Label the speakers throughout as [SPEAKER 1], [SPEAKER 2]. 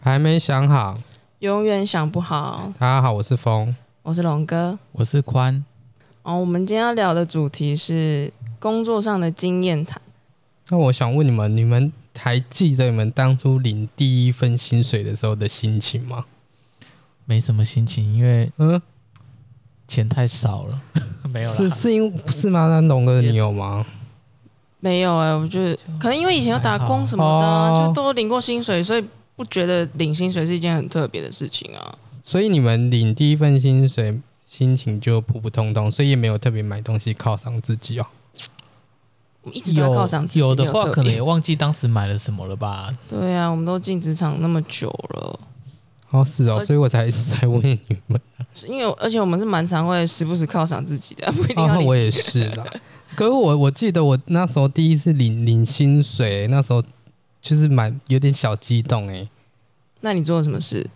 [SPEAKER 1] 还没想好。
[SPEAKER 2] 永远想不好。
[SPEAKER 1] 大家好，我是风。
[SPEAKER 2] 我是龙哥。
[SPEAKER 3] 我是宽，
[SPEAKER 2] 哦，我们今天要聊的主题是工作上的经验谈。
[SPEAKER 1] 那我想问你们，你们还记得你们当初领第一份薪水的时候的心情吗？
[SPEAKER 3] 没什么心情，因为
[SPEAKER 1] 嗯，
[SPEAKER 3] 钱太 少了，没有
[SPEAKER 1] 是
[SPEAKER 3] 啦。
[SPEAKER 1] 是因不是吗？那龙哥你有吗？
[SPEAKER 2] 没有哎、我觉得可能因为以前有打工什么的啊、
[SPEAKER 1] 还好哦
[SPEAKER 2] 就都领过薪水，所以不觉得领薪水是一件很特别的事情啊。
[SPEAKER 1] 所以你们领第一份薪水，心情就普普通通，所以也没有特别买东西犒赏自己哦。
[SPEAKER 2] 我们一直都要
[SPEAKER 3] 有
[SPEAKER 2] 靠上自己，
[SPEAKER 3] 有的
[SPEAKER 2] 没
[SPEAKER 3] 话，
[SPEAKER 2] 特别
[SPEAKER 3] 可能也忘记当时买了什么了吧？
[SPEAKER 2] 对啊，我们都进职场那么久了，
[SPEAKER 1] 哦，是哦，
[SPEAKER 2] 而且
[SPEAKER 1] 所以我才才问你们。
[SPEAKER 2] 因为而且我们是蛮常会时不时犒赏自己的，不一定
[SPEAKER 1] 哦，
[SPEAKER 2] 要
[SPEAKER 1] 那
[SPEAKER 2] 领。
[SPEAKER 1] 我也是 啦。可是我我记得我那时候第一次领领薪水，那时候就是蛮有点小激动欸诶、
[SPEAKER 2] 那你做了什么事？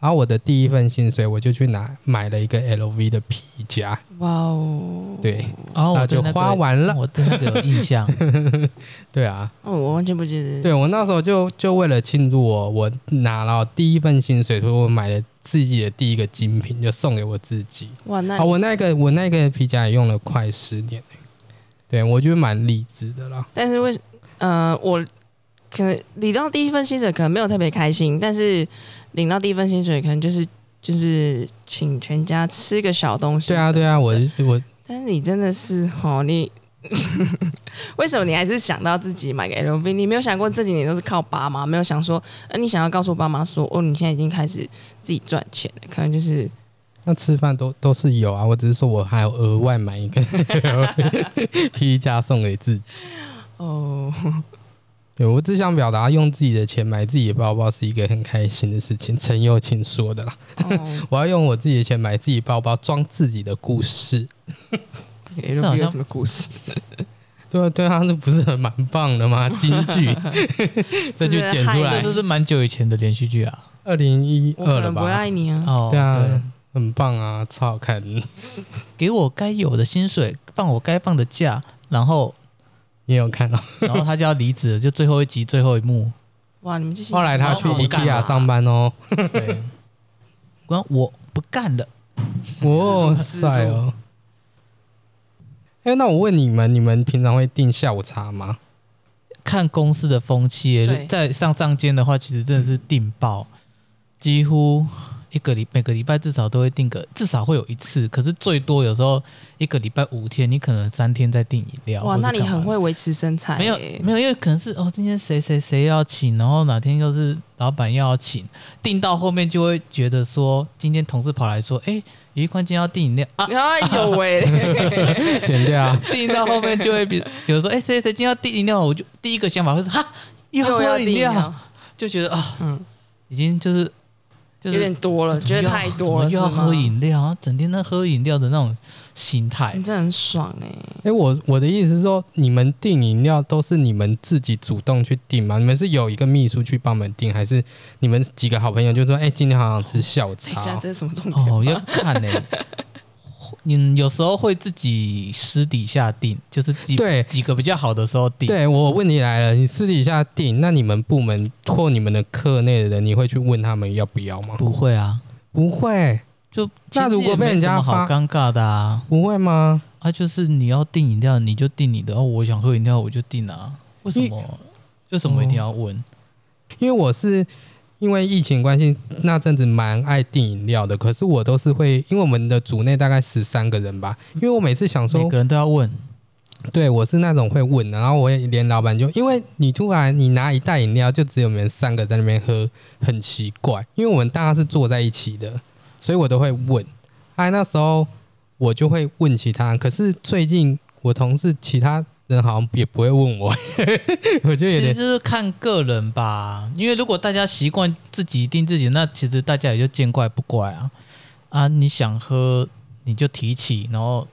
[SPEAKER 1] 然后我的第一份薪水，我就去拿买了一个 LV 的皮夹，
[SPEAKER 2] 哇哦！
[SPEAKER 1] 对，
[SPEAKER 3] 然后
[SPEAKER 1] 那
[SPEAKER 3] 我
[SPEAKER 1] 就
[SPEAKER 3] 对那个
[SPEAKER 1] 花完了。
[SPEAKER 3] 我对那个有 印象，
[SPEAKER 1] 对啊，
[SPEAKER 2] 哦，我完全不记得。
[SPEAKER 1] 对我那时候就就为了庆祝我我拿到第一份薪水，所以我买了自己的第一个精品，就送给我自己。
[SPEAKER 2] 哇，那
[SPEAKER 1] 啊，我那个我那个皮夹也用了快十年、欸，对我觉得蛮励志的啦。
[SPEAKER 2] 但是为呃，我可能领到第一份薪水，可能没有特别开心，但是领到第一份薪水，可能就是就是请全家吃个小东西。
[SPEAKER 1] 对啊，对
[SPEAKER 2] 啊。
[SPEAKER 1] 啊，我我
[SPEAKER 2] 但是你真的是哦，你 为什么你还是想到自己买个 LV？你没有想过这几年都是靠爸妈，没有想说，呃，你想要告诉爸妈说，哦，你现在已经开始自己赚钱了，可能就是
[SPEAKER 1] 那吃饭都都是有啊，我只是说我还有额外买一个 皮夹送给自己。
[SPEAKER 2] 哦，
[SPEAKER 1] 对我只想表达，用自己的钱买自己的包包是一个很开心的事情。陈友庆说的啦，
[SPEAKER 2] 哦
[SPEAKER 1] 我要用我自己的钱买自己包包，装自己的故事。
[SPEAKER 3] 这好
[SPEAKER 2] LV
[SPEAKER 3] 像
[SPEAKER 2] 有什么故事？
[SPEAKER 1] 对啊，对啊，这不是很蛮棒的吗？京 剧，这就剪出
[SPEAKER 2] 对
[SPEAKER 1] 来
[SPEAKER 3] 这，这是蛮久以前的连续剧啊。
[SPEAKER 1] 二零一
[SPEAKER 2] 我可
[SPEAKER 1] 二了
[SPEAKER 2] 能不
[SPEAKER 1] 吧？
[SPEAKER 2] 爱你啊。
[SPEAKER 3] 哦，
[SPEAKER 1] 对啊，很棒啊，超好看。
[SPEAKER 3] 对给我该有的薪水，放我该放的假，然后
[SPEAKER 1] 你有看到？哦
[SPEAKER 3] 然后他就要离职了，就最后一集最后一幕。
[SPEAKER 2] 哇，你们这些
[SPEAKER 1] 后来他去
[SPEAKER 3] 好好看
[SPEAKER 1] IKEA
[SPEAKER 3] 啊
[SPEAKER 1] 上班哦，
[SPEAKER 3] 对，我我不干了。
[SPEAKER 1] 哇塞哦！哎、那我问你们，你们平常会订下午茶吗？
[SPEAKER 3] 看公司的风气
[SPEAKER 2] 对
[SPEAKER 3] 耶，在上上间的话，其实真的是订爆，几乎一个礼每个礼拜至少都会订个，至少会有一次，可是最多有时候一个礼拜五天，你可能三天在订饮料。
[SPEAKER 2] 哇，
[SPEAKER 3] 啊或是
[SPEAKER 2] 那你
[SPEAKER 3] 干嘛
[SPEAKER 2] 很
[SPEAKER 3] 的
[SPEAKER 2] 会维持身材、欸。
[SPEAKER 3] 没有没有，因为可能是哦，今天谁谁谁要请，然后哪天又是老板要请，订到后面就会觉得说，今天同事跑来说，哎，有一关今天要订饮料啊，
[SPEAKER 2] 哎呦喂！
[SPEAKER 1] 剪掉啊，
[SPEAKER 3] 订到后面就会比， 比如说，哎，谁谁谁今天要订饮料，我就第一个想法会是哈，又
[SPEAKER 2] 又要
[SPEAKER 3] 喝饮
[SPEAKER 2] 订
[SPEAKER 3] 料。
[SPEAKER 2] 料，
[SPEAKER 3] 就觉得啊，
[SPEAKER 2] 嗯
[SPEAKER 3] 已经就是就是
[SPEAKER 2] 有点多了，
[SPEAKER 3] 怎么
[SPEAKER 2] 觉得
[SPEAKER 3] 又
[SPEAKER 2] 太多了，
[SPEAKER 3] 怎么又要
[SPEAKER 2] 是吗
[SPEAKER 3] 喝，饮料，然后整天在喝饮料的那种心态
[SPEAKER 2] 你。真的很爽 哎、欸！
[SPEAKER 1] 哎、我我的意思是说，你们订饮料都是你们自己主动去订吗？你们是有一个秘书去帮忙订，还是你们几个好朋友就说，哎、今天好想吃下午
[SPEAKER 2] 啊这家
[SPEAKER 1] 茶哦、
[SPEAKER 2] 这是什么重点？
[SPEAKER 3] 哦，要看呢、 嗯，有时候会自己私底下定，就是几
[SPEAKER 1] 对
[SPEAKER 3] 几个比较好的时候定。
[SPEAKER 1] 对，我问题来了，你私底下订，那你们部门或你们的课内的人，你会去问他们要不要吗？
[SPEAKER 3] 不会啊，
[SPEAKER 1] 不会，
[SPEAKER 3] 就
[SPEAKER 1] 那如果被人家
[SPEAKER 3] 其实也没什么好
[SPEAKER 1] 发
[SPEAKER 3] 尴尬的啊，
[SPEAKER 1] 不会吗？
[SPEAKER 3] 啊，就是你要订饮料你就订你的，哦，我想喝饮料我就订啊，为什
[SPEAKER 1] 你
[SPEAKER 3] 么？为什么一定要问？
[SPEAKER 1] 因为我是因为疫情关系，那阵子蛮爱订饮料的，可是我都是会，因为我们的组内大概十三个人吧，因为我每次想说
[SPEAKER 3] 每个人都要问，
[SPEAKER 1] 对，我是那种会问的，然后我也连老板就，因为你突然你拿一袋饮料，就只有我们三个在那边喝，很奇怪，因为我们大家是坐在一起的，所以我都会问。哎，那时候我就会问其他人，可是最近我同事其他人好像也不会问我， 我就有
[SPEAKER 3] 其实
[SPEAKER 1] 点
[SPEAKER 3] 就是看个人吧，因为如果大家习惯自己定自己，那其实大家也就见怪不怪啊。啊，你想喝你就提起，然后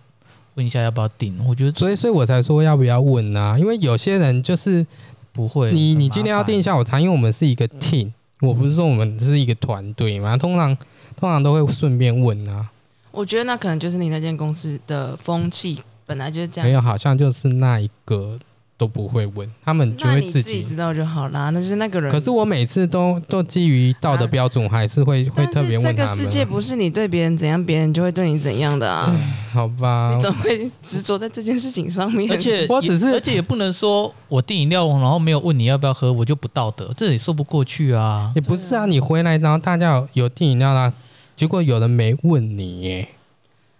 [SPEAKER 3] 问一下要不要订。我觉得
[SPEAKER 1] 所以所以我才说要不要问啊，因为有些人就是
[SPEAKER 3] 不会。
[SPEAKER 1] 你
[SPEAKER 3] 很
[SPEAKER 1] 你
[SPEAKER 3] 麻
[SPEAKER 1] 今天要
[SPEAKER 3] 烦嗯
[SPEAKER 1] 定下午茶，因为我们是一个 team，我不是说我们是一个团队嘛，通常通常都会顺便问啊。
[SPEAKER 2] 我觉得那可能就是你那间公司的风气本来就是这
[SPEAKER 1] 没
[SPEAKER 2] 样。
[SPEAKER 1] 有，好像就是那一个都不会问，他们就
[SPEAKER 2] 那
[SPEAKER 1] 会
[SPEAKER 2] 你
[SPEAKER 1] 自
[SPEAKER 2] 自己
[SPEAKER 1] 己。
[SPEAKER 2] 知道就好啦。那是那个人，
[SPEAKER 1] 可是我每次都都基于道德标准，我还是会会
[SPEAKER 2] 嗯但
[SPEAKER 1] 特别
[SPEAKER 2] 是
[SPEAKER 1] 问
[SPEAKER 2] 这
[SPEAKER 1] 他们。啊
[SPEAKER 2] 个世界不是你对别人怎样，别人就会对你怎样的啊。
[SPEAKER 3] 嗯
[SPEAKER 1] 好吧
[SPEAKER 2] 你，总会执着在这件事情上面。
[SPEAKER 3] 而且
[SPEAKER 1] 我只是
[SPEAKER 3] 也而且也不能说我订饮料，然后没有问你要不要喝，我就不道德，这也说不过去啊。
[SPEAKER 1] 也不是啊，你回来然后大家有有订饮料啦，结果有人没问你耶，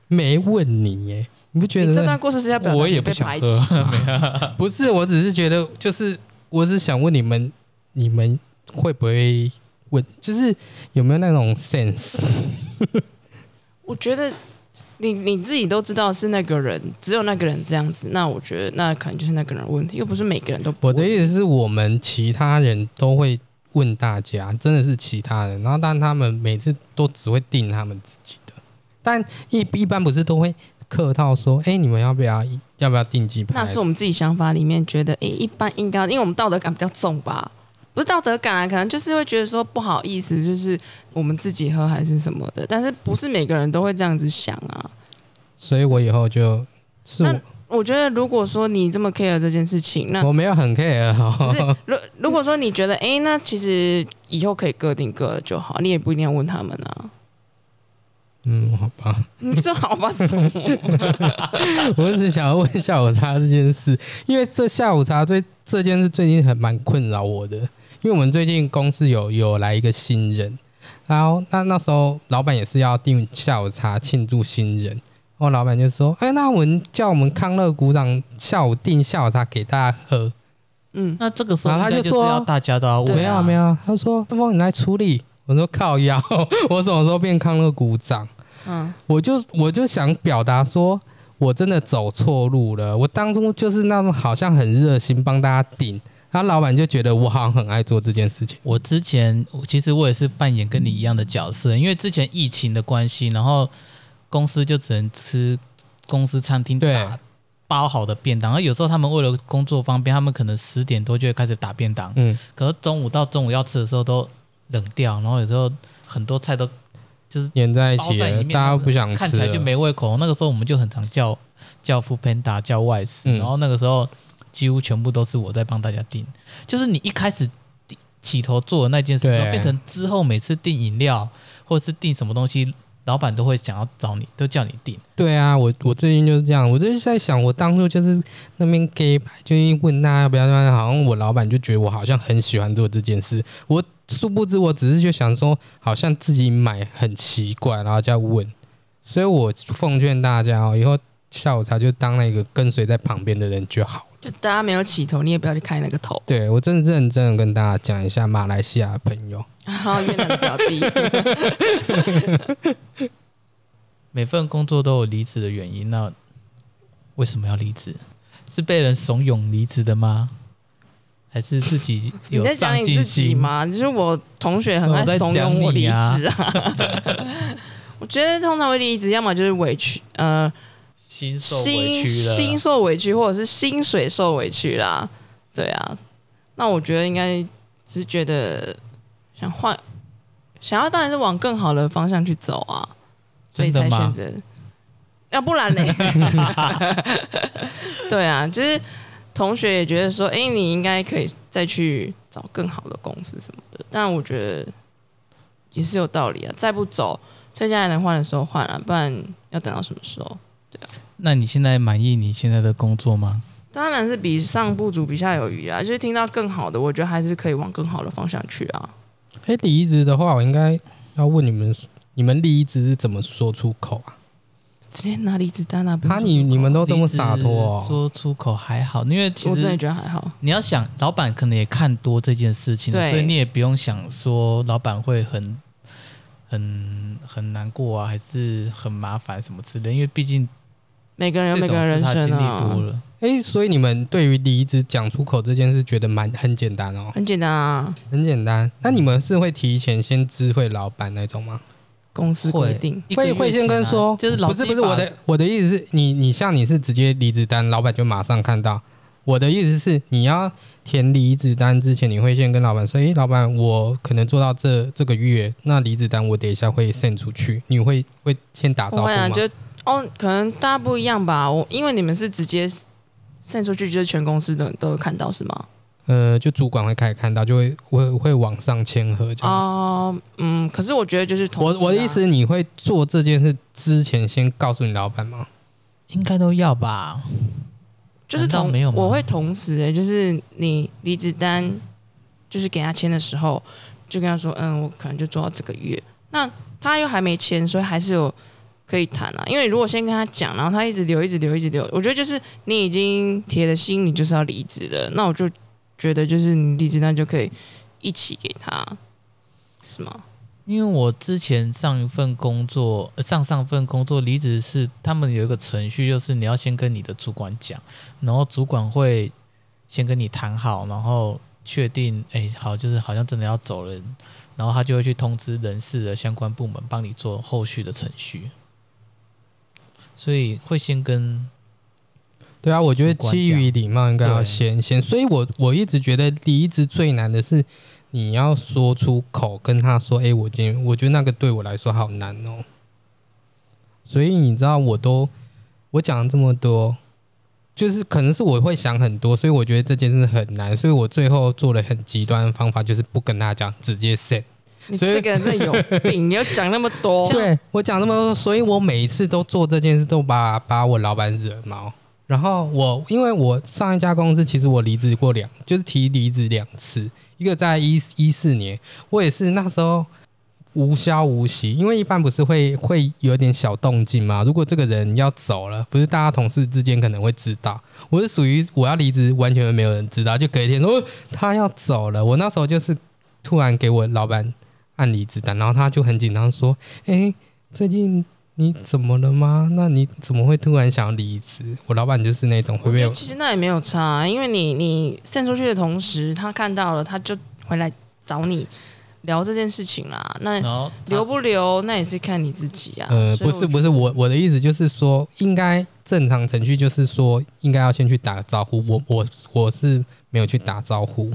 [SPEAKER 1] 没问你耶，你不觉
[SPEAKER 2] 你
[SPEAKER 1] 得
[SPEAKER 2] 这
[SPEAKER 1] 那
[SPEAKER 2] 段故事是要表达
[SPEAKER 3] 我也
[SPEAKER 2] 你
[SPEAKER 3] 不
[SPEAKER 2] 被
[SPEAKER 3] 想
[SPEAKER 2] 排挤
[SPEAKER 3] 喝，
[SPEAKER 1] 不是？我只是觉得，就是我只是想问你们，你们会不会问，就是有没有那种 sense？
[SPEAKER 2] 我觉得你你自己都知道是那个人，只有那个人这样子，那我觉得那可能就是那个人的问题，又不是每个人都不
[SPEAKER 1] 我的
[SPEAKER 2] 会
[SPEAKER 1] 意思是我们其他人都会问大家，真的是其他人，然后但他们每次都只会定他们自己的，但一一般不是都会客套说，哎、你们要不要要不要订鸡排？
[SPEAKER 2] 那是我们自己想法里面觉得，诶、一般应该，因为我们道德感比较重吧，不是道德感啊，可能就是会觉得说不好意思，就是我们自己喝还是什么的，但是不是每个人都会这样子想啊。
[SPEAKER 1] 所以我以后就是我
[SPEAKER 2] 那我觉得如果说你这么 care 这件事情，那
[SPEAKER 1] 我没有很 care
[SPEAKER 2] 不是
[SPEAKER 1] 哦，，
[SPEAKER 2] 如如果说你觉得，哎、那其实以后可以各定各的就好，你也不一定要问他们啊。
[SPEAKER 1] 嗯，好吧，
[SPEAKER 2] 你说好吧，什么？
[SPEAKER 1] 我只是想要问下午茶这件事，因为这下午茶对这件事最近很蛮困扰我的，因为我们最近公司有有来一个新人，然后那那时候老板也是要订下午茶庆祝新人，然后老板就说，哎、那我们叫我们康乐鼓掌下午订下午茶给大家喝，
[SPEAKER 2] 嗯，
[SPEAKER 3] 那这个时候
[SPEAKER 1] 然后他
[SPEAKER 3] 应该
[SPEAKER 1] 就
[SPEAKER 3] 就是
[SPEAKER 1] 说
[SPEAKER 3] 要大家都要问、啊，
[SPEAKER 1] 没有没有，他说那么你来处理，我说靠腰，我什么时候变康乐鼓掌？
[SPEAKER 2] 嗯，
[SPEAKER 1] 我就我就想表达说，我真的走错路了。我当初就是那么好像很热心帮大家顶，然后老板就觉得我好像很爱做这件事情。
[SPEAKER 3] 我之前我其实我也是扮演跟你一样的角色，因为之前疫情的关系，然后公司就只能吃公司餐厅
[SPEAKER 1] 对
[SPEAKER 3] 打包好的便当，而有时候他们为了工作方便，他们可能十点多就会开始打便当，
[SPEAKER 1] 嗯，
[SPEAKER 3] 可是中午到中午要吃的时候都冷掉，然后有时候很多菜都就是
[SPEAKER 1] 粘在一
[SPEAKER 3] 包
[SPEAKER 1] 起
[SPEAKER 3] 在
[SPEAKER 1] 了，
[SPEAKER 3] 里面，
[SPEAKER 1] 大家不想
[SPEAKER 3] 看
[SPEAKER 1] 吃
[SPEAKER 3] 起来
[SPEAKER 1] 了，
[SPEAKER 3] 就没胃口。那个时候我们就很常叫叫 f o o Panda 叫外食，
[SPEAKER 1] 嗯
[SPEAKER 3] 然后那个时候几乎全部都是我在帮大家订。就是你一开始起头做的那件事之后，
[SPEAKER 1] 对
[SPEAKER 3] 变成之后每次订饮料或是订什么东西，老板都会想要找你，都叫你订。
[SPEAKER 1] 对啊，我我最近就是这样，我就是在想，我当初就是那边 gay 白，就是问大家要不要，好像我老板就觉得我好像很喜欢做这件事，我殊不知我只是就想说，好像自己买很奇怪，然后再问，所以我奉劝大家哦，以后下午茶就当那个跟随在旁边的人就好。
[SPEAKER 2] 就大家没有起头，你也不要去开那个头。
[SPEAKER 1] 对我真的认真的跟大家讲一下马来西亚的朋友，
[SPEAKER 2] 好，哦越南的表弟，
[SPEAKER 3] 每份工作都有离职的原因，那为什么要离职？是被人怂恿离职的吗？还是自己
[SPEAKER 2] 你
[SPEAKER 3] 有
[SPEAKER 2] 在讲
[SPEAKER 3] 上
[SPEAKER 2] 你
[SPEAKER 3] 进
[SPEAKER 2] 自己
[SPEAKER 3] 心？
[SPEAKER 2] 吗？就是我同学很
[SPEAKER 3] 我
[SPEAKER 2] 爱
[SPEAKER 3] 在
[SPEAKER 2] 怂
[SPEAKER 3] 讲
[SPEAKER 2] 恿我
[SPEAKER 3] 你
[SPEAKER 2] 离
[SPEAKER 3] 啊
[SPEAKER 2] 职啊。 我觉得通常会离职，要么就是委屈，呃，
[SPEAKER 3] 心受委
[SPEAKER 2] 心
[SPEAKER 3] 屈了，
[SPEAKER 2] 心受委屈，或者是薪水受委屈啦。对啊，那我觉得应该只是觉得想换，想要当然是往更好的方向去走啊，所以
[SPEAKER 3] 真的
[SPEAKER 2] 才
[SPEAKER 3] 吗
[SPEAKER 2] 选择。要不然 嘞， 对啊，就是同学也觉得说，哎、你应该可以再去找更好的公司什么的。但我觉得也是有道理啊，再不走，趁现在能换的时候换啊，不然要等到什么时候？
[SPEAKER 3] 那你现在满意你现在的工作吗？
[SPEAKER 2] 当然是比上不足，比下有余啊。就是听到更好的，我觉得还是可以往更好的方向去啊。
[SPEAKER 1] 哎，离职的话，我应该要问你们，你们离职是怎么说出口啊？
[SPEAKER 2] 直接拿离子单啊！不用
[SPEAKER 1] 啊，
[SPEAKER 2] 说
[SPEAKER 1] 你
[SPEAKER 2] 什么
[SPEAKER 1] 你们都这么洒脱、哦
[SPEAKER 3] 离职，说出口还好，因为其
[SPEAKER 2] 我真的
[SPEAKER 3] 实
[SPEAKER 2] 觉得还好。
[SPEAKER 3] 你要想，老板可能也看多这件事情了，
[SPEAKER 2] 对
[SPEAKER 3] 所以你也不用想说老板会很很很难过啊，还是很麻烦什么之类，因为毕竟
[SPEAKER 2] 每个人有
[SPEAKER 3] 这种
[SPEAKER 2] 每个人
[SPEAKER 3] 事他
[SPEAKER 2] 人
[SPEAKER 3] 经历
[SPEAKER 2] 生
[SPEAKER 3] 多
[SPEAKER 2] 啊，
[SPEAKER 3] 了。
[SPEAKER 1] 哎、所以你们对于离职讲出口这件事，觉得蛮很简单哦，
[SPEAKER 2] 很简单啊。
[SPEAKER 1] 很简单。那你们是会提前先知会老板那种吗？
[SPEAKER 2] 公司规定，
[SPEAKER 3] 一个
[SPEAKER 1] 会
[SPEAKER 3] 月
[SPEAKER 1] 会先
[SPEAKER 3] 前啊
[SPEAKER 1] 跟说，
[SPEAKER 3] 就是老
[SPEAKER 1] 不
[SPEAKER 3] 自
[SPEAKER 1] 是
[SPEAKER 3] 己
[SPEAKER 1] 不是
[SPEAKER 3] 把
[SPEAKER 1] 我的我的意思是你你像你是直接离职单，老板就马上看到。我的意思是你要填离职单之前，你会先跟老板说，诶、老板，我可能做到这这个月，那离职单我等一下会 send 出去，你会会先打招
[SPEAKER 2] 不
[SPEAKER 1] 呼
[SPEAKER 2] 会
[SPEAKER 1] 吗？
[SPEAKER 2] 啊，就哦，可能大家不一样吧。我因为你们是直接散出去就是全公司的都有看到是吗？
[SPEAKER 1] 呃，就主管会开始看到，就会会会往上签合这样。
[SPEAKER 2] 哦、嗯，可是我觉得就是同、啊
[SPEAKER 1] 我我的意，思，你会做这件事之前先告诉你老板吗？
[SPEAKER 3] 应该都要吧？
[SPEAKER 2] 就是
[SPEAKER 3] 难道
[SPEAKER 2] 同
[SPEAKER 3] 没有吗
[SPEAKER 2] 我会同时、欸，就是你离职单就是给他签的时候，就跟他说，嗯，我可能就做到这个月。那他又还没签，所以还是有可以谈啊。因为如果先跟他讲，然后他一直留，一直留，一直留，我觉得就是你已经铁了心，你就是要离职了。那我就觉得就是你离职单就可以一起给他，是吗？
[SPEAKER 3] 因为我之前上一份工作，呃上上份工作离职是他们有一个程序，就是你要先跟你的主管讲，然后主管会先跟你谈好，然后确定，哎，好，就是好像真的要走人，然后他就会去通知人事的相关部门帮你做后续的程序，所以会先跟
[SPEAKER 1] 对啊，我觉得
[SPEAKER 3] 主管
[SPEAKER 1] 基于礼貌应该要
[SPEAKER 3] 对
[SPEAKER 1] 先先，所以我我一直觉得离职最难的是你要说出口，跟他说，哎、我今天我觉得那个对我来说好难哦。所以你知道，我都我讲了这么多，就是可能是我会想很多，所以我觉得这件事很难，所以我最后做了很极端的方法，就是不跟他讲，直接 send。
[SPEAKER 2] 你
[SPEAKER 1] 所以
[SPEAKER 2] 这个人真的有病，你要讲那么多，
[SPEAKER 1] 对我讲那么多，所以我每一次都做这件事，都把把我老板惹毛。然后我因为我上一家公司，其实我离职过两，就是提离职两次，一个在一一四年，我也是那时候无消无息，因为一般不是会会有点小动静嘛。如果这个人要走了，不是大家同事之间可能会知道，我是属于我要离职，完全没有人知道，就隔一天说、哦、他要走了。我那时候就是突然给我老板按离职单，然后他就很紧张说：“哎、最近你怎么了吗？那你怎么会突然想离职？”我老板就是那种会
[SPEAKER 2] 我
[SPEAKER 1] 被
[SPEAKER 2] 觉
[SPEAKER 1] 我
[SPEAKER 2] 得其实那也没有差啊，因为你你散出去的同时，他看到了，他就回来找你聊这件事情啦。那
[SPEAKER 3] 然后他
[SPEAKER 2] 留不留，那也是看你自己啊。
[SPEAKER 1] 呃，
[SPEAKER 2] 所以
[SPEAKER 1] 不
[SPEAKER 2] 我
[SPEAKER 1] 是不是，我我的意思就是说，应该正常程序就是说，应该要先去打个招呼。我我我是没有去打招呼，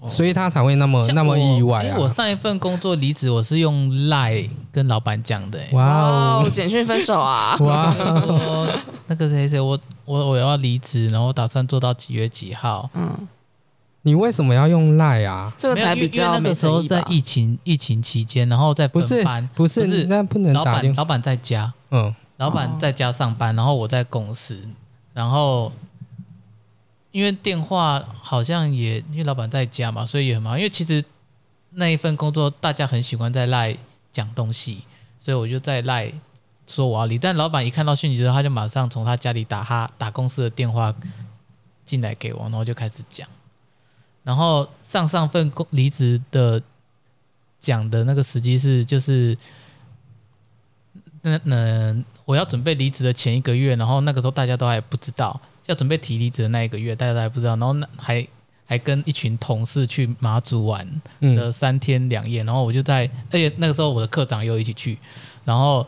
[SPEAKER 3] 哦
[SPEAKER 1] 所以他才会那么
[SPEAKER 3] 像
[SPEAKER 1] 那么
[SPEAKER 3] 我
[SPEAKER 1] 意外
[SPEAKER 3] 因
[SPEAKER 1] 啊
[SPEAKER 3] 为！我上一份工作离职，我是用赖跟老板讲的、欸，
[SPEAKER 1] 哇
[SPEAKER 2] 哇哦
[SPEAKER 1] 哦，！
[SPEAKER 2] 简讯分手啊
[SPEAKER 1] 哇哦
[SPEAKER 3] 他就说那个谁谁，我我我要离职，然后我打算做到几月几号。
[SPEAKER 2] 嗯，
[SPEAKER 1] 你为什么要用赖啊？
[SPEAKER 2] 这个
[SPEAKER 3] 没有
[SPEAKER 2] 才
[SPEAKER 3] 因为
[SPEAKER 2] 比
[SPEAKER 3] 因为
[SPEAKER 2] 较
[SPEAKER 3] 那
[SPEAKER 2] 没
[SPEAKER 3] 个时候
[SPEAKER 2] 诚意吧
[SPEAKER 3] 在疫情疫情期间，然后在
[SPEAKER 1] 不
[SPEAKER 3] 分
[SPEAKER 1] 是
[SPEAKER 3] 班，
[SPEAKER 1] 不是，
[SPEAKER 3] 不是
[SPEAKER 1] 那不能
[SPEAKER 3] 老
[SPEAKER 1] 打
[SPEAKER 3] 板
[SPEAKER 1] 电话。
[SPEAKER 3] 老板在家，
[SPEAKER 1] 嗯，
[SPEAKER 3] 老板在家上班，然后我在公司，然后因为电话好像也因为老板在家嘛，所以也很忙。因为其实那一份工作大家很喜欢在赖讲东西，所以我就在赖说我要离。但老板一看到讯息之后，他就马上从他家里打他打公司的电话进来给我，然后就开始讲。然后上上份工离职的讲的那个时机是就是。那那我要准备离职的前一个月，然后那个时候大家都还不知道，要准备提离职的那一个月，大家都还不知道，然后那还还跟一群同事去马祖玩
[SPEAKER 1] 嗯
[SPEAKER 3] 了三天两夜，然后我就在，而且那个时候我的课长也有一起去，然后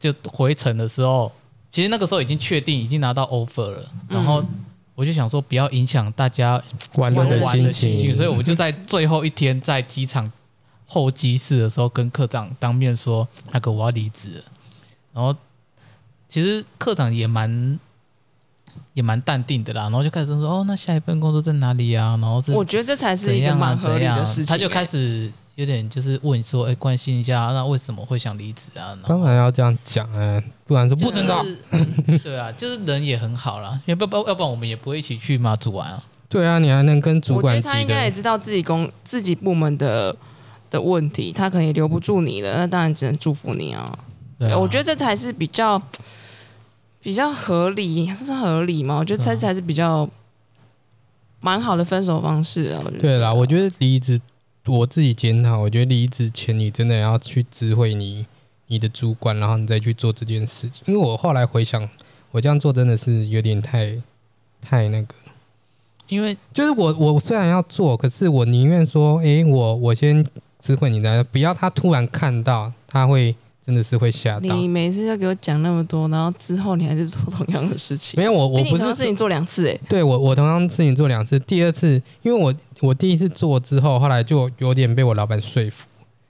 [SPEAKER 3] 就回程的时候，其实那个时候已经确定已经拿到 offer 了，然后我就想说不要影响大家
[SPEAKER 1] 玩乐
[SPEAKER 3] 玩
[SPEAKER 1] 的
[SPEAKER 3] 玩
[SPEAKER 1] 心
[SPEAKER 3] 的心情，
[SPEAKER 1] 情，嗯
[SPEAKER 3] 所以我就在最后一天在机场候机室的时候，跟科长当面说那个我要离职了。然后其实科长也蛮也蛮淡定的啦，然后就开始说哦，那下一份工作在哪里啊？然后这
[SPEAKER 2] 我觉得这才是
[SPEAKER 3] 怎
[SPEAKER 2] 一个
[SPEAKER 3] 样啊
[SPEAKER 2] 蛮合
[SPEAKER 3] 怎
[SPEAKER 2] 理
[SPEAKER 3] 样
[SPEAKER 2] 的
[SPEAKER 3] 啊
[SPEAKER 2] 事情欸。
[SPEAKER 3] 他就开始有点就是问说，哎，关心一下，那为什么会想离职啊？然后
[SPEAKER 1] 当然要这样讲啊，不然说不准道。
[SPEAKER 3] 就是。对啊，就是人也很好啦，要不不要不然我们也不会一起去马祖玩啊。
[SPEAKER 1] 对啊，你还能跟主
[SPEAKER 2] 欸我觉
[SPEAKER 1] 管
[SPEAKER 2] 得
[SPEAKER 1] 级
[SPEAKER 2] 他应该
[SPEAKER 1] 的
[SPEAKER 2] 也知道自己公自己部门的的问题，他可能也留不住你了，那当然只能祝福你啊。
[SPEAKER 3] 对啊，
[SPEAKER 2] 我觉得这才是比较比较合理，这是合理吗？我觉得
[SPEAKER 1] 啊
[SPEAKER 2] 这才是比较蛮好的分手方式啊。我觉得
[SPEAKER 1] 对啦，我觉得离职，我自己检讨，我觉得离职前你真的要去知会你你的主管，然后你再去做这件事情。因为我后来回想，我这样做真的是有点太太那个，
[SPEAKER 3] 因为
[SPEAKER 1] 就是我我虽然要做，可是我宁愿说，诶，我我先知会你的，不要他突然看到，他会真的是会吓到。
[SPEAKER 2] 你每次就给我讲那么多，然后之后你还是做同样的事情
[SPEAKER 1] 没。有我 我
[SPEAKER 2] 毕竟
[SPEAKER 1] 不
[SPEAKER 2] 同
[SPEAKER 1] 是
[SPEAKER 2] 样事情做两次、欸，
[SPEAKER 1] 对我，我同样事情做两次，第二次因为我我第一次做之后，后来就有点被我老板说服，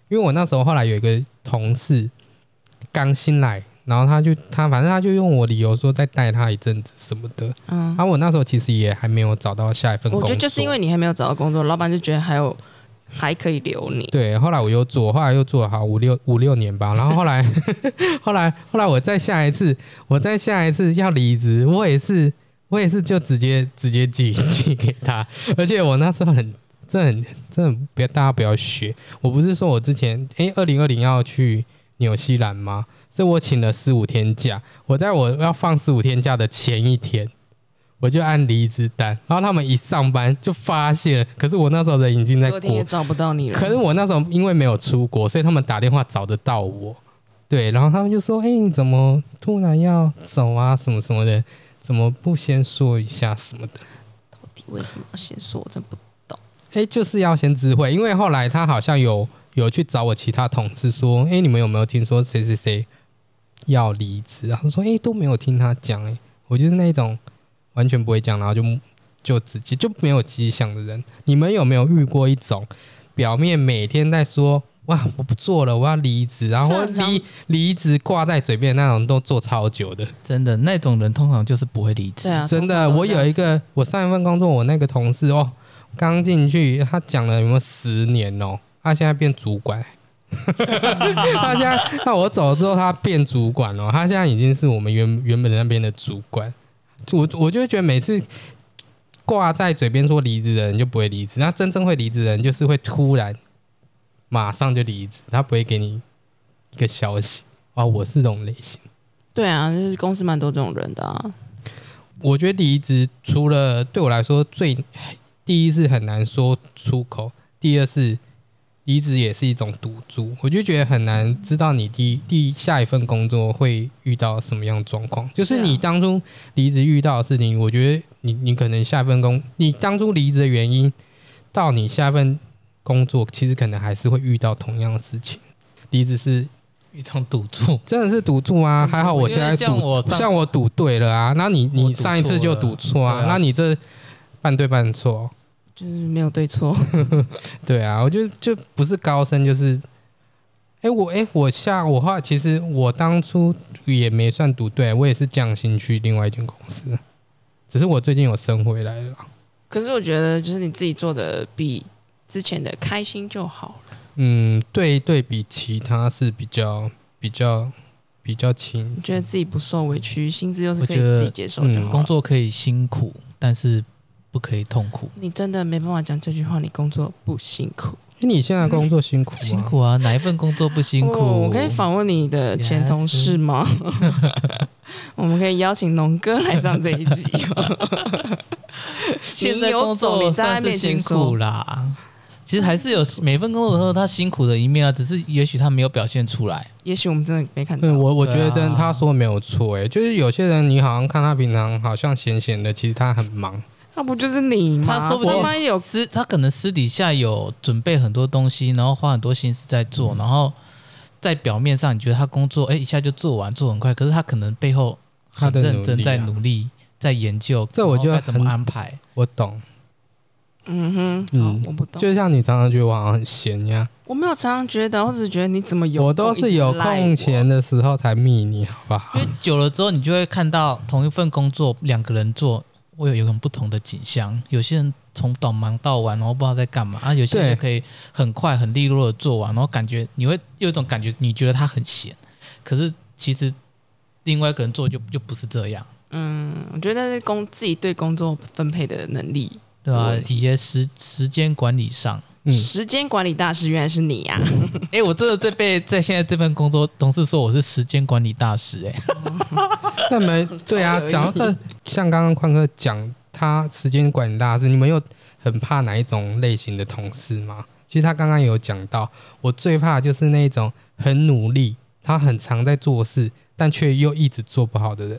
[SPEAKER 1] 因为我那时候后来有一个同事刚新来，然后他就他反正他就用我理由说再带他一阵子什么的。
[SPEAKER 2] 嗯，
[SPEAKER 1] 啊，我那时候其实也还没有找到下一份工
[SPEAKER 2] 我
[SPEAKER 1] 作，
[SPEAKER 2] 觉得就是因为你还没有找到工作，老板就觉得还有还可以留你。
[SPEAKER 1] 对，后来我又做，后来又做了好五六五六年吧，然后后来 后来后来我再下一次，我再下一次要离职，我也是我也是就直接直接寄 寄给他，而且我那时候很这很这很不要大家不要学，我不是说我之前诶二零二零要去纽西兰吗？所以我请了十五天假，我在我要放十五天假的前一天。我就按离职单，然后他们一上班就发现，可是我那时候人已经在
[SPEAKER 2] 昨天
[SPEAKER 1] 国
[SPEAKER 2] 也找不到你了，
[SPEAKER 1] 可是我那时候因为没有出国，所以他们打电话找得到我。对，然后他们就说：“哎、你怎么突然要走啊？什么什么的，怎么不先说一下什么的
[SPEAKER 2] 为什么要先说？我真不？”
[SPEAKER 1] 哎、就是要先知会，因为后来他好像有有去找我其他同事说：“哎、你们有没有听说谁谁谁要离职？”然后说：“哎、都没有听他讲。”哎，我就是那一种完全不会讲，然后就就直接就没有迹象的人。你们有没有遇过一种表面每天在说“哇，我不做了，我要离职”，然
[SPEAKER 2] 这
[SPEAKER 1] 后
[SPEAKER 2] 很常
[SPEAKER 1] 离离职挂在嘴边的那种，都做超久的？
[SPEAKER 3] 真的那种人通常就是不会离职。
[SPEAKER 2] 对啊，
[SPEAKER 1] 真的，
[SPEAKER 2] 通常都
[SPEAKER 1] 我
[SPEAKER 2] 这样
[SPEAKER 1] 有一个，我上一份工作，我那个同事哦，刚进去，他讲了有没有十年哦，他现在变主管， 他现在，那我走之后，他变主管哦，他现在已经是我们原原本的那边的主管，我我就觉得每次。挂在嘴边说离职的人就不会离职，那真正会离职的人就是会突然马上就离职，他不会给你一个消息。哇，我是这种类型。
[SPEAKER 2] 对啊，就是公司蛮多这种人的啊。
[SPEAKER 1] 我觉得离职除了对我来说最第一是很难说出口，第二是离职也是一种赌注，我就觉得很难知道你第第下一份工作会遇到什么样的状况。就是
[SPEAKER 2] 是啊
[SPEAKER 1] 你当初离职遇到的事情，我觉得你你可能下一份工，你当初离职的原因，到你下一份工作，其实可能还是会遇到同样的事情。离职是
[SPEAKER 3] 一种赌注，
[SPEAKER 1] 真的是赌注啊，
[SPEAKER 3] 赌注
[SPEAKER 1] 还好我现在
[SPEAKER 3] 因为像
[SPEAKER 1] 赌
[SPEAKER 3] 我上
[SPEAKER 1] 像我赌对了啊，那你
[SPEAKER 3] 我
[SPEAKER 1] 你
[SPEAKER 3] 赌错
[SPEAKER 1] 上一次就赌错
[SPEAKER 3] 了
[SPEAKER 1] 啊
[SPEAKER 3] 对，啊
[SPEAKER 1] 那你这半对半错，
[SPEAKER 2] 就是没有对错，
[SPEAKER 1] 对啊，我觉得就不是高深就是，哎、我哎、我下我话其实我当初也没算赌对，我也是降薪去另外一间公司，只是我最近有升回来了，
[SPEAKER 2] 可是我觉得就是你自己做的比之前的开心就好了。
[SPEAKER 1] 嗯，对对比其他是比较比较比较轻
[SPEAKER 2] 你，觉得自己不受委屈，薪资又是
[SPEAKER 3] 我
[SPEAKER 2] 可以
[SPEAKER 3] 觉得
[SPEAKER 2] 自己接受就好
[SPEAKER 1] 嗯
[SPEAKER 2] 了。
[SPEAKER 3] 工作可以辛苦，但是不可以痛苦。
[SPEAKER 2] 你真的没办法讲这句话，你工作不辛苦。
[SPEAKER 1] 哎你现在工作辛苦吗？
[SPEAKER 3] 辛苦啊，哪一份工作不辛苦？
[SPEAKER 2] 哦我可以访问你的前同事吗？ 我们可以邀请龙哥来上这一集。
[SPEAKER 3] 现在工作算是辛苦啦。其实还是有每份工作都有他辛苦的一面啊，只是也许他没有表现出来。
[SPEAKER 2] 也许我们真的没看到
[SPEAKER 1] 对，我，我觉
[SPEAKER 3] 对
[SPEAKER 1] 得
[SPEAKER 3] 啊
[SPEAKER 1] 真的他说没有错，哎，就是有些人你好像看他平常好像闲闲的，其实他很忙。
[SPEAKER 2] 那不就是你吗？
[SPEAKER 3] 他说不
[SPEAKER 2] 上班
[SPEAKER 3] 定
[SPEAKER 2] 有
[SPEAKER 3] 私，他可能私底下有准备很多东西，然后花很多心思在做，然后在表面上你觉得他工作哎、一下就做完，做很快，可是他可能背后
[SPEAKER 1] 他
[SPEAKER 3] 很
[SPEAKER 1] 的
[SPEAKER 3] 认真
[SPEAKER 1] 努力啊
[SPEAKER 3] 在努力，在研究，
[SPEAKER 1] 这我就
[SPEAKER 3] 然后该怎
[SPEAKER 1] 很
[SPEAKER 3] 么安排。
[SPEAKER 1] 我懂，
[SPEAKER 2] 嗯哼，
[SPEAKER 1] 嗯
[SPEAKER 2] 好我不懂，
[SPEAKER 1] 就像你常常觉得我好像很闲一样，
[SPEAKER 2] 我没有常常觉得，我只是觉得你怎么有空
[SPEAKER 1] 我都是有
[SPEAKER 2] 啊
[SPEAKER 1] 空闲，的时候才密你，好不好
[SPEAKER 3] 因？为久了之后，你就会看到同一份工作两个人做，会有有很不同的景象。有些人从早忙到晚，然后不知道在干嘛；啊，有些
[SPEAKER 1] 对
[SPEAKER 3] 人可以很快、很利落的做完，然后感觉你会有一种感觉，你觉得他很闲，可是其实另外一个人做就就不是这样，
[SPEAKER 2] 嗯，我觉得是工自己对工作分配的能力，
[SPEAKER 3] 对吧、
[SPEAKER 2] 对
[SPEAKER 3] 一些时时间管理上，
[SPEAKER 1] 嗯
[SPEAKER 2] 时间管理大师原来是你呀、
[SPEAKER 3] 哎、我真的在被在现在这份工作，同事说我是时间管理大师、哎，
[SPEAKER 1] 那没对啊
[SPEAKER 2] 而，已
[SPEAKER 1] 讲到这，像刚刚宽哥讲他时间管理大师，你们有很怕哪一种类型的同事吗？其实他刚刚有讲到，我最怕就是那种很努力，他很常在做事，但却又一直做不好的人。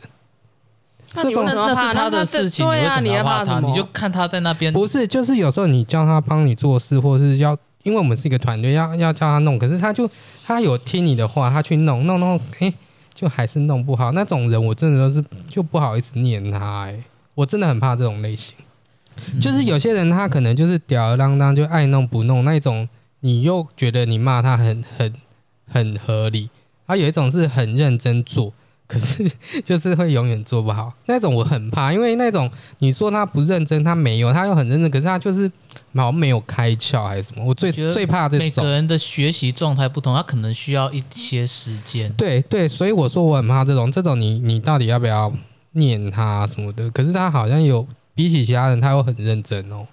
[SPEAKER 2] 那你为
[SPEAKER 1] 这
[SPEAKER 2] 什
[SPEAKER 1] 种
[SPEAKER 2] 么要
[SPEAKER 3] 那那
[SPEAKER 2] 怕
[SPEAKER 3] 是他的事情，
[SPEAKER 2] 对啊，
[SPEAKER 3] 你为
[SPEAKER 2] 要
[SPEAKER 3] 什么
[SPEAKER 2] 怕
[SPEAKER 3] 要
[SPEAKER 2] 什
[SPEAKER 3] 他？
[SPEAKER 2] 么？
[SPEAKER 3] 你就看他在那边
[SPEAKER 1] 不是，就是有时候你叫他帮你做事，或是要，因为我们是一个团队，要要叫他弄，可是他就他有听你的话，他去弄弄弄，哎、就还是弄不好。那种人，我真的都是就不好意思念他、哎，我真的很怕这种类型。就是有些人他可能就是吊儿郎当，就爱弄不弄那一种，你又觉得你骂他很很很合理，而有一种是很认真做， 可是就是会永远做不好。那种我很怕，因为那种你说他不认真，他没有，他又很认真，可是他就是好像没有开窍还是什么。我最
[SPEAKER 3] 我觉得
[SPEAKER 1] 最怕这
[SPEAKER 3] 每个
[SPEAKER 1] 种。
[SPEAKER 3] 人的学习状态不同，他可能需要一些时间。
[SPEAKER 1] 对对，所以我说我很怕这种，这种你你到底要不要念他什么的？可是他好像有比起其他人，他又很认真哦。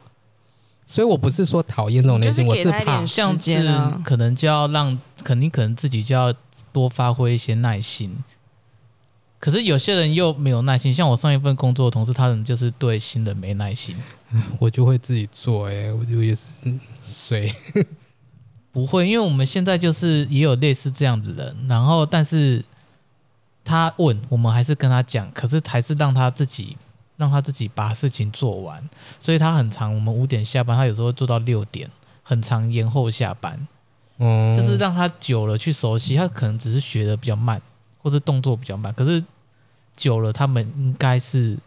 [SPEAKER 1] 所以我不是说讨厌这种类型，
[SPEAKER 2] 就
[SPEAKER 1] 我
[SPEAKER 2] 是给
[SPEAKER 1] 是
[SPEAKER 2] 他一
[SPEAKER 1] 怕
[SPEAKER 2] 点
[SPEAKER 3] 这样
[SPEAKER 2] 时
[SPEAKER 3] 子
[SPEAKER 2] 间啊
[SPEAKER 3] 可能就要让，肯定可能自己就要多发挥一些耐心。可是有些人又没有耐心，像我上一份工作的同事，他们就是对新人没耐心。
[SPEAKER 1] 我就会自己做、欸，哎，我就也是水。
[SPEAKER 3] 不会，因为我们现在就是也有类似这样的人，然后但是他问我们还是跟他讲，可是还是让他自己让他自己把事情做完，所以他很长，我们五点下班，他有时候做到六点，很长延后下班，
[SPEAKER 1] 嗯，
[SPEAKER 3] 就是让他久了去熟悉，他可能只是学的比较慢，或是动作比较慢，可是久了他们应该是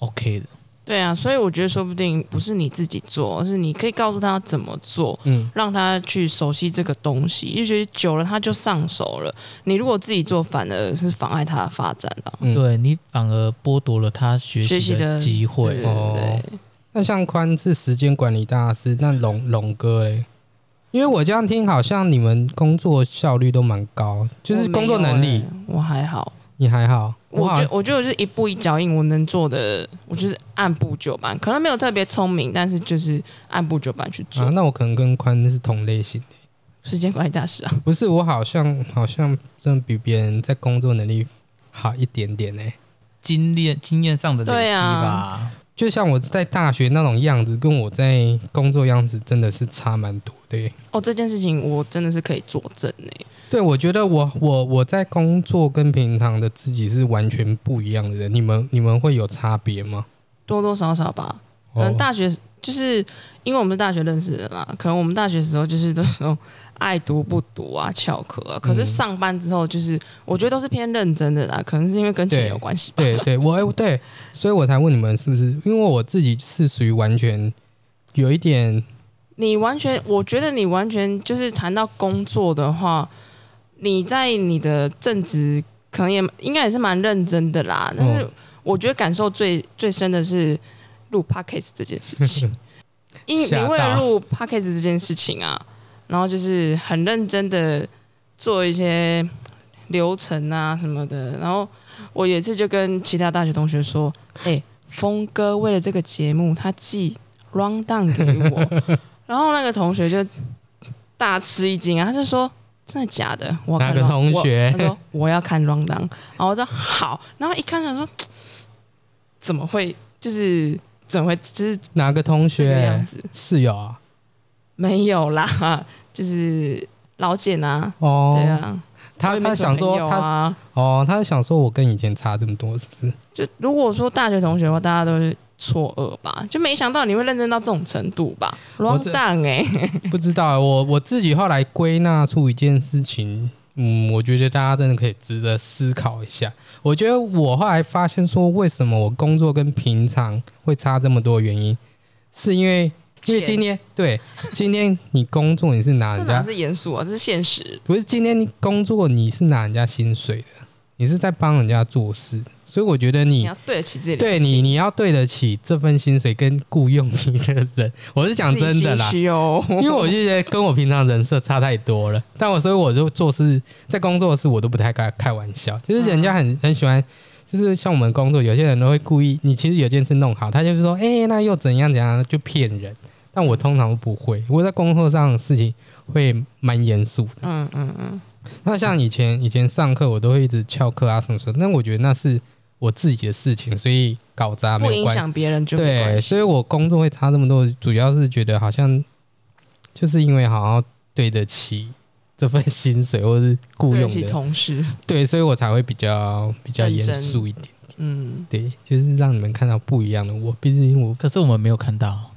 [SPEAKER 3] OK 的，
[SPEAKER 2] 对啊，所以我觉得说不定不是你自己做，而是你可以告诉他怎么做，
[SPEAKER 1] 嗯，
[SPEAKER 2] 让他去熟悉这个东西。也许久了他就上手了。你如果自己做，反而是妨碍他的发展的、啊。
[SPEAKER 1] 嗯
[SPEAKER 3] 对你反而剥夺了他学
[SPEAKER 2] 学
[SPEAKER 3] 习
[SPEAKER 2] 习
[SPEAKER 3] 的
[SPEAKER 2] 的
[SPEAKER 3] 机会。
[SPEAKER 2] 对
[SPEAKER 1] 哦
[SPEAKER 2] 对对
[SPEAKER 1] 那像宽是时间管理大师，那龙龙哥嘞？因为我这样听，好像你们工作效率都蛮高，就是工作能力、
[SPEAKER 2] 我还好。
[SPEAKER 1] 你还好，
[SPEAKER 2] 欸我
[SPEAKER 1] 好
[SPEAKER 2] 觉我觉得我就是一步一脚印，我能做的，我就是按部就班，可能没有特别聪明，但是就是按部就班去做。
[SPEAKER 1] 啊，那我可能跟宽是同类型的，
[SPEAKER 2] 时间管理大师啊，
[SPEAKER 1] 不是我好像好像真的比别人在工作能力好一点点欸呢、
[SPEAKER 3] 经验经验上的累
[SPEAKER 2] 对
[SPEAKER 3] 积
[SPEAKER 2] 啊
[SPEAKER 3] 吧。
[SPEAKER 1] 就像我在大学那种样子，跟我在工作样子真的是差蛮多的、欸
[SPEAKER 2] 哦，这件事情我真的是可以作证欸呢、
[SPEAKER 1] 对，我觉得我我我在工作跟平常的自己是完全不一样的人，你们你们会有差别吗？
[SPEAKER 2] 多多少少吧。可
[SPEAKER 1] 哦
[SPEAKER 2] 能大学就是因为我们是大学认识的啦，可能我们大学的时候就是都是那种爱读不读啊、翘课啊，可是
[SPEAKER 1] 嗯
[SPEAKER 2] 上班之后就是我觉得都是偏认真的啦，可能是因为跟钱
[SPEAKER 1] 对
[SPEAKER 2] 有关系吧。
[SPEAKER 1] 对对，我哎对，所以我才问你们是不是，因为我自己是属于完全有一点
[SPEAKER 2] 你完全，我觉得你完全就是谈到工作的话，你在你的正职可能也应该也是蛮认真的啦。但
[SPEAKER 1] 嗯
[SPEAKER 2] 是我觉得感受最最深的是录 podcast 这件事 情，因
[SPEAKER 1] 吓
[SPEAKER 2] 你
[SPEAKER 1] 到
[SPEAKER 2] 为了录 podcast 这件事情啊，然后就是很认真的做一些流程啊什么的。然后我有一次就跟其他大学同学说：“哎、峰哥为了这个节目，他寄 round down 给我。” 然后那个同学就大吃一惊啊，他就说：“真的假的？”我要
[SPEAKER 1] 哪
[SPEAKER 2] 看
[SPEAKER 1] 个
[SPEAKER 2] round-
[SPEAKER 1] 同学
[SPEAKER 2] 我他说：“我要看 round down。”然后我说：“好。”然后一看想说：“怎么会？就是怎么会？就是
[SPEAKER 1] 哪个同
[SPEAKER 2] 这个样
[SPEAKER 1] 学
[SPEAKER 2] 子？
[SPEAKER 1] 室友啊？
[SPEAKER 2] 没有啦， 就是老简啊，
[SPEAKER 1] 哦，
[SPEAKER 2] 对啊。我
[SPEAKER 1] 他
[SPEAKER 2] 也没
[SPEAKER 1] 他
[SPEAKER 2] 什
[SPEAKER 1] 想
[SPEAKER 2] 么
[SPEAKER 1] 说
[SPEAKER 2] 朋友
[SPEAKER 1] 他
[SPEAKER 2] 啊，
[SPEAKER 1] 哦，他想说我跟以前差这么多，是不是？
[SPEAKER 2] 就如果说大学同学的话，大家都是错愕吧，就没想到你会认真到这种程度吧
[SPEAKER 1] 我
[SPEAKER 2] ，round
[SPEAKER 1] 这
[SPEAKER 2] down 哎、
[SPEAKER 1] 不知道，啊我我自己后来归纳出一件事情，嗯，我觉得大家真的可以值得思考一下。我觉得我后来发现说，为什么我工作跟平常会差这么多，原因是因为因为
[SPEAKER 2] 钱
[SPEAKER 1] 今天对今天你工作你是拿
[SPEAKER 2] 这
[SPEAKER 1] 人
[SPEAKER 2] 哪
[SPEAKER 1] 家
[SPEAKER 2] 是严肃啊，这是现实。
[SPEAKER 1] 不是今天你工作你是拿人家薪水的，你是在帮人家做事，所以我觉得
[SPEAKER 2] 你
[SPEAKER 1] 你
[SPEAKER 2] 要对得起自己的
[SPEAKER 1] 对
[SPEAKER 2] 良
[SPEAKER 1] 你
[SPEAKER 2] 心，
[SPEAKER 1] 你要对得起这份薪水跟雇佣你的人，我是讲
[SPEAKER 2] 自己
[SPEAKER 1] 真的
[SPEAKER 2] 心
[SPEAKER 1] 啦。
[SPEAKER 2] 虚哦。
[SPEAKER 1] 因为我就觉得跟我平常人设差太多了，但我所以我就做事在工作的事我都不太开开玩笑，就是人家很很喜欢，就是像我们工作有些人都会故意，你其实有件事弄好，他就是说，哎、那又怎样怎样就骗人，但我通常都不会，我在工作上的事情会蛮严肃的。
[SPEAKER 2] 嗯嗯嗯，
[SPEAKER 1] 那像以前以前上课我都会一直翘课啊什么什么，但我觉得那是我自己的事情，所以搞砸
[SPEAKER 2] 不
[SPEAKER 1] 啊没有
[SPEAKER 2] 影
[SPEAKER 1] 关系。
[SPEAKER 2] 响别人就没
[SPEAKER 1] 对，
[SPEAKER 2] 关系。
[SPEAKER 1] 所以我工作会差这么多，主要是觉得好像就是因为好像对得起这份薪水，或是雇
[SPEAKER 2] 对得
[SPEAKER 1] 佣
[SPEAKER 2] 起
[SPEAKER 1] 的，
[SPEAKER 2] 同事，
[SPEAKER 1] 对，所以我才会比较比较
[SPEAKER 2] 认
[SPEAKER 1] 严
[SPEAKER 2] 真
[SPEAKER 1] 肃一点，
[SPEAKER 2] 嗯
[SPEAKER 1] 对，就是让你们看到不一样的我。毕竟我
[SPEAKER 3] 可是我们没有看到，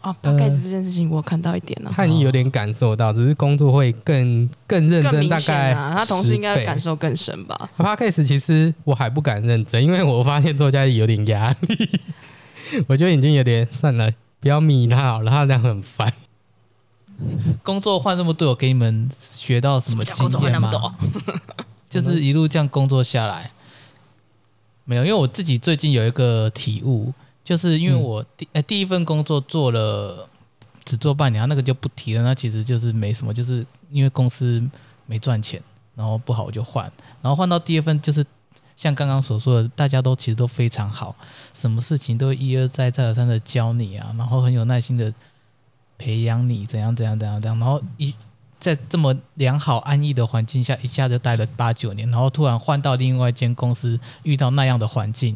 [SPEAKER 2] 啊 p
[SPEAKER 1] 呃
[SPEAKER 2] o d 这件事情我有看到一点了、啊
[SPEAKER 1] 他已经有点感受到，只是工作会更更认
[SPEAKER 2] 更
[SPEAKER 1] 真，大
[SPEAKER 2] 明显
[SPEAKER 1] 概
[SPEAKER 2] 啊，他同事应该感
[SPEAKER 1] 受。
[SPEAKER 2] 受更深吧？
[SPEAKER 1] Podcast 其实我还不敢认真，因为我发现作家有点压力， 我觉得已经有点算了，不要迷他好了，他这样很烦。
[SPEAKER 3] 工作换这么多，有给你们学到什么
[SPEAKER 2] 什么叫工
[SPEAKER 3] 经
[SPEAKER 2] 作换那
[SPEAKER 3] 验
[SPEAKER 2] 么
[SPEAKER 3] 吗？
[SPEAKER 2] 多？
[SPEAKER 3] 就是一路这样工作下来，没有，因为我自己最近有一个体悟，就是因为我第、呃第一份工作做了只做半年，然后那个就不提了，那其实就是没什么，就是因为公司没赚钱，然后不好我就换，然后换到第二份就是。像刚刚所说的，大家都其实都非常好，什么事情都一而再、再而三的教你啊，然后很有耐心的培养你，怎样怎样怎样怎样，然后一在这么良好安逸的环境下，一下就待了八九年，然后突然换到另外一间公司，遇到那样的环境，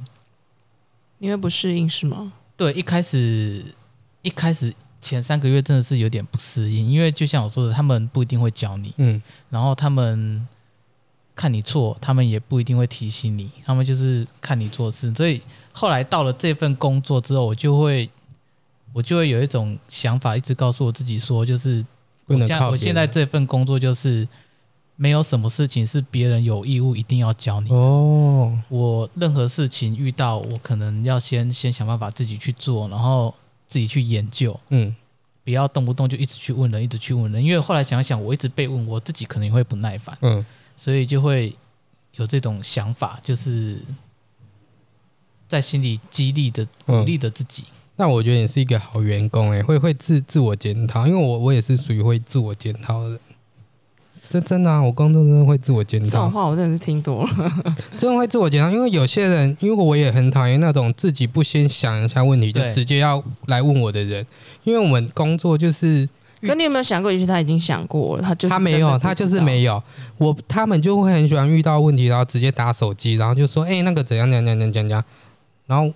[SPEAKER 2] 你会不适应是吗？
[SPEAKER 3] 对，一开始一开始前三个月真的是有点不适应，因为就像我说的，他们不一定会教你，
[SPEAKER 1] 嗯，
[SPEAKER 3] 然后他们看你错，他们也不一定会提醒你，他们就是看你做事。所以后来到了这份工作之后，我就会我就会有一种想法，一直告诉我自己说，就是
[SPEAKER 1] 不能
[SPEAKER 3] 我现在
[SPEAKER 1] 靠
[SPEAKER 3] 我
[SPEAKER 1] 别
[SPEAKER 3] 现在
[SPEAKER 1] 人
[SPEAKER 3] 这份工作就是没有什么事情是别人有义务一定要教你。
[SPEAKER 1] 哦，
[SPEAKER 3] 我任何事情遇到，我可能要先先想办法自己去做，然后自己去研究。
[SPEAKER 1] 嗯，
[SPEAKER 3] 不要动不动就一直去问人，一直去问人，因为后来想想，我一直被问，我自己可能也会不耐烦。
[SPEAKER 1] 嗯，
[SPEAKER 3] 所以就会有这种想法，就是在心里激励着、鼓
[SPEAKER 1] 嗯
[SPEAKER 3] 励着自己。
[SPEAKER 1] 那我觉得你是一个好员工、欸，会会自自我检讨，因为我我也是属于会自我检讨的人。这真的啊，我工作真的会自我检
[SPEAKER 2] 这种
[SPEAKER 1] 讨，
[SPEAKER 2] 话我真的是听多 了，
[SPEAKER 1] 真的会自我检讨。因为有些人，因为我也很讨厌那种自己不先想一下问题就
[SPEAKER 3] 对
[SPEAKER 1] 直接要来问我的人，因为我们工作就是
[SPEAKER 2] 可你有没有想过，也许他已经想过了，他就是
[SPEAKER 1] 他没
[SPEAKER 2] 真的
[SPEAKER 1] 有，
[SPEAKER 2] 不知道
[SPEAKER 1] 他就是没有。我他们就会很喜欢遇到问题，然后直接打手机，然后就说：“哎、那个怎样怎样怎样怎样。怎样”然后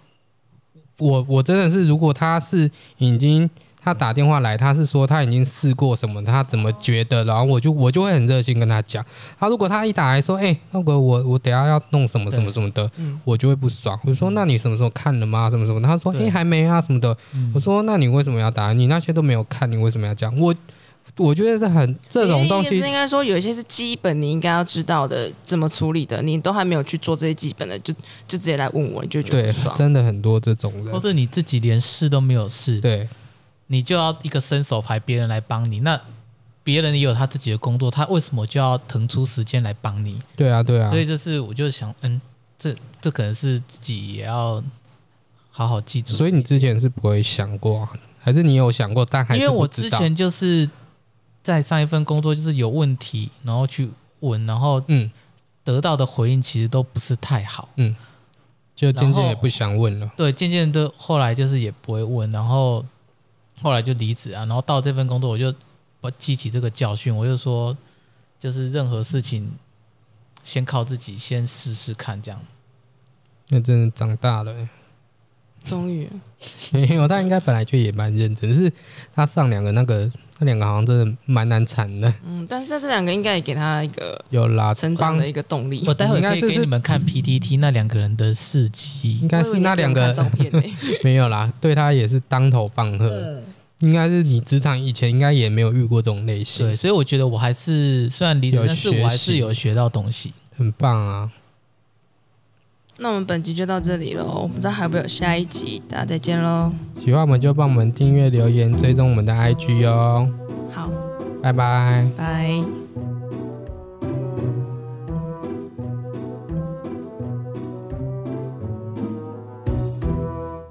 [SPEAKER 1] 我我真的是，如果他是已经他打电话来，他是说他已经试过什么，他怎么觉得，然后我就我就会很热心跟他讲。他如果他一打来说：“哎、那个我我等一下要弄什么什么什么的
[SPEAKER 2] 嗯”，
[SPEAKER 1] 我就会不爽。我就说：“那你什么时候看了吗？什么什么的？”他说：“哎、
[SPEAKER 3] 对
[SPEAKER 1] 还没啊什么的。”
[SPEAKER 3] 嗯
[SPEAKER 1] 我说：“那你为什么要打？你那些都没有看，你为什么要讲？”我我觉得这很这种东
[SPEAKER 2] 你
[SPEAKER 1] 西
[SPEAKER 2] 的意思，应该说有一些是基本你应该要知道的，怎么处理的，你都还没有去做这些基本的，就就直接来问我，你就会觉得
[SPEAKER 1] 对
[SPEAKER 2] 不爽，。
[SPEAKER 1] 真的很多这种
[SPEAKER 3] 或
[SPEAKER 1] 人，
[SPEAKER 3] 是你自己连试都没有试，
[SPEAKER 1] 对
[SPEAKER 3] 你就要一个伸手牌，别人来帮你。那别人也有他自己的工作，他为什么就要腾出时间来帮你？
[SPEAKER 1] 对啊，对啊
[SPEAKER 3] 所，以这是我就想，嗯，这这可能是自己也要好好记住。
[SPEAKER 1] 所以你之前是不会想过啊，还是你有想过，但还
[SPEAKER 3] 因
[SPEAKER 1] 是
[SPEAKER 3] 为我
[SPEAKER 1] 不知
[SPEAKER 3] 之
[SPEAKER 1] 道。
[SPEAKER 3] 前就是在上一份工作，就是有问题，然后去问，然后
[SPEAKER 1] 嗯，
[SPEAKER 3] 得到的回应其实都不是太好。
[SPEAKER 1] 就渐渐
[SPEAKER 3] 然后
[SPEAKER 1] 也不想问了。
[SPEAKER 3] 对，渐渐的后来就是也不会问，然后后来就离职啊，然后到这份工作我就我记起这个教训，我就说，就是任何事情先靠自己，先试试看这样。
[SPEAKER 1] 那真的长大了、欸，
[SPEAKER 2] 终于，
[SPEAKER 1] 没有，他应该本来就也蛮认真，只是他上两个那个那两个好像真的蛮难缠的。
[SPEAKER 2] 嗯，但是在这两个应该也给他一个
[SPEAKER 1] 有啦，
[SPEAKER 2] 成长
[SPEAKER 1] 啊帮
[SPEAKER 2] 的一个动力。
[SPEAKER 3] 我待会
[SPEAKER 1] 应该
[SPEAKER 3] 可以
[SPEAKER 1] 是
[SPEAKER 3] 给
[SPEAKER 1] 是嗯
[SPEAKER 3] 你们看 PTT 那两个人的事迹
[SPEAKER 1] 应，该
[SPEAKER 2] 我以为
[SPEAKER 1] 是
[SPEAKER 2] 你
[SPEAKER 1] 那
[SPEAKER 2] 给我
[SPEAKER 1] 两
[SPEAKER 2] 看照
[SPEAKER 1] 个
[SPEAKER 2] 片呢、
[SPEAKER 1] 没有啦，对他也是当头棒喝。应该是你职场以前应该也没有遇过这种类型
[SPEAKER 3] 对，，所以我觉得我还是虽然离职
[SPEAKER 1] 有，
[SPEAKER 3] 但是
[SPEAKER 1] 学
[SPEAKER 3] 我还是
[SPEAKER 1] 习
[SPEAKER 3] 有学到东西。
[SPEAKER 1] 很棒啊！
[SPEAKER 2] 那我们本集就到这里了，我不知道还有没有下一集，大家再见喽。
[SPEAKER 1] 喜欢我们就帮我们订阅、留言、追踪我们的 IG 哦，
[SPEAKER 2] 好，
[SPEAKER 1] 拜拜。
[SPEAKER 2] 拜。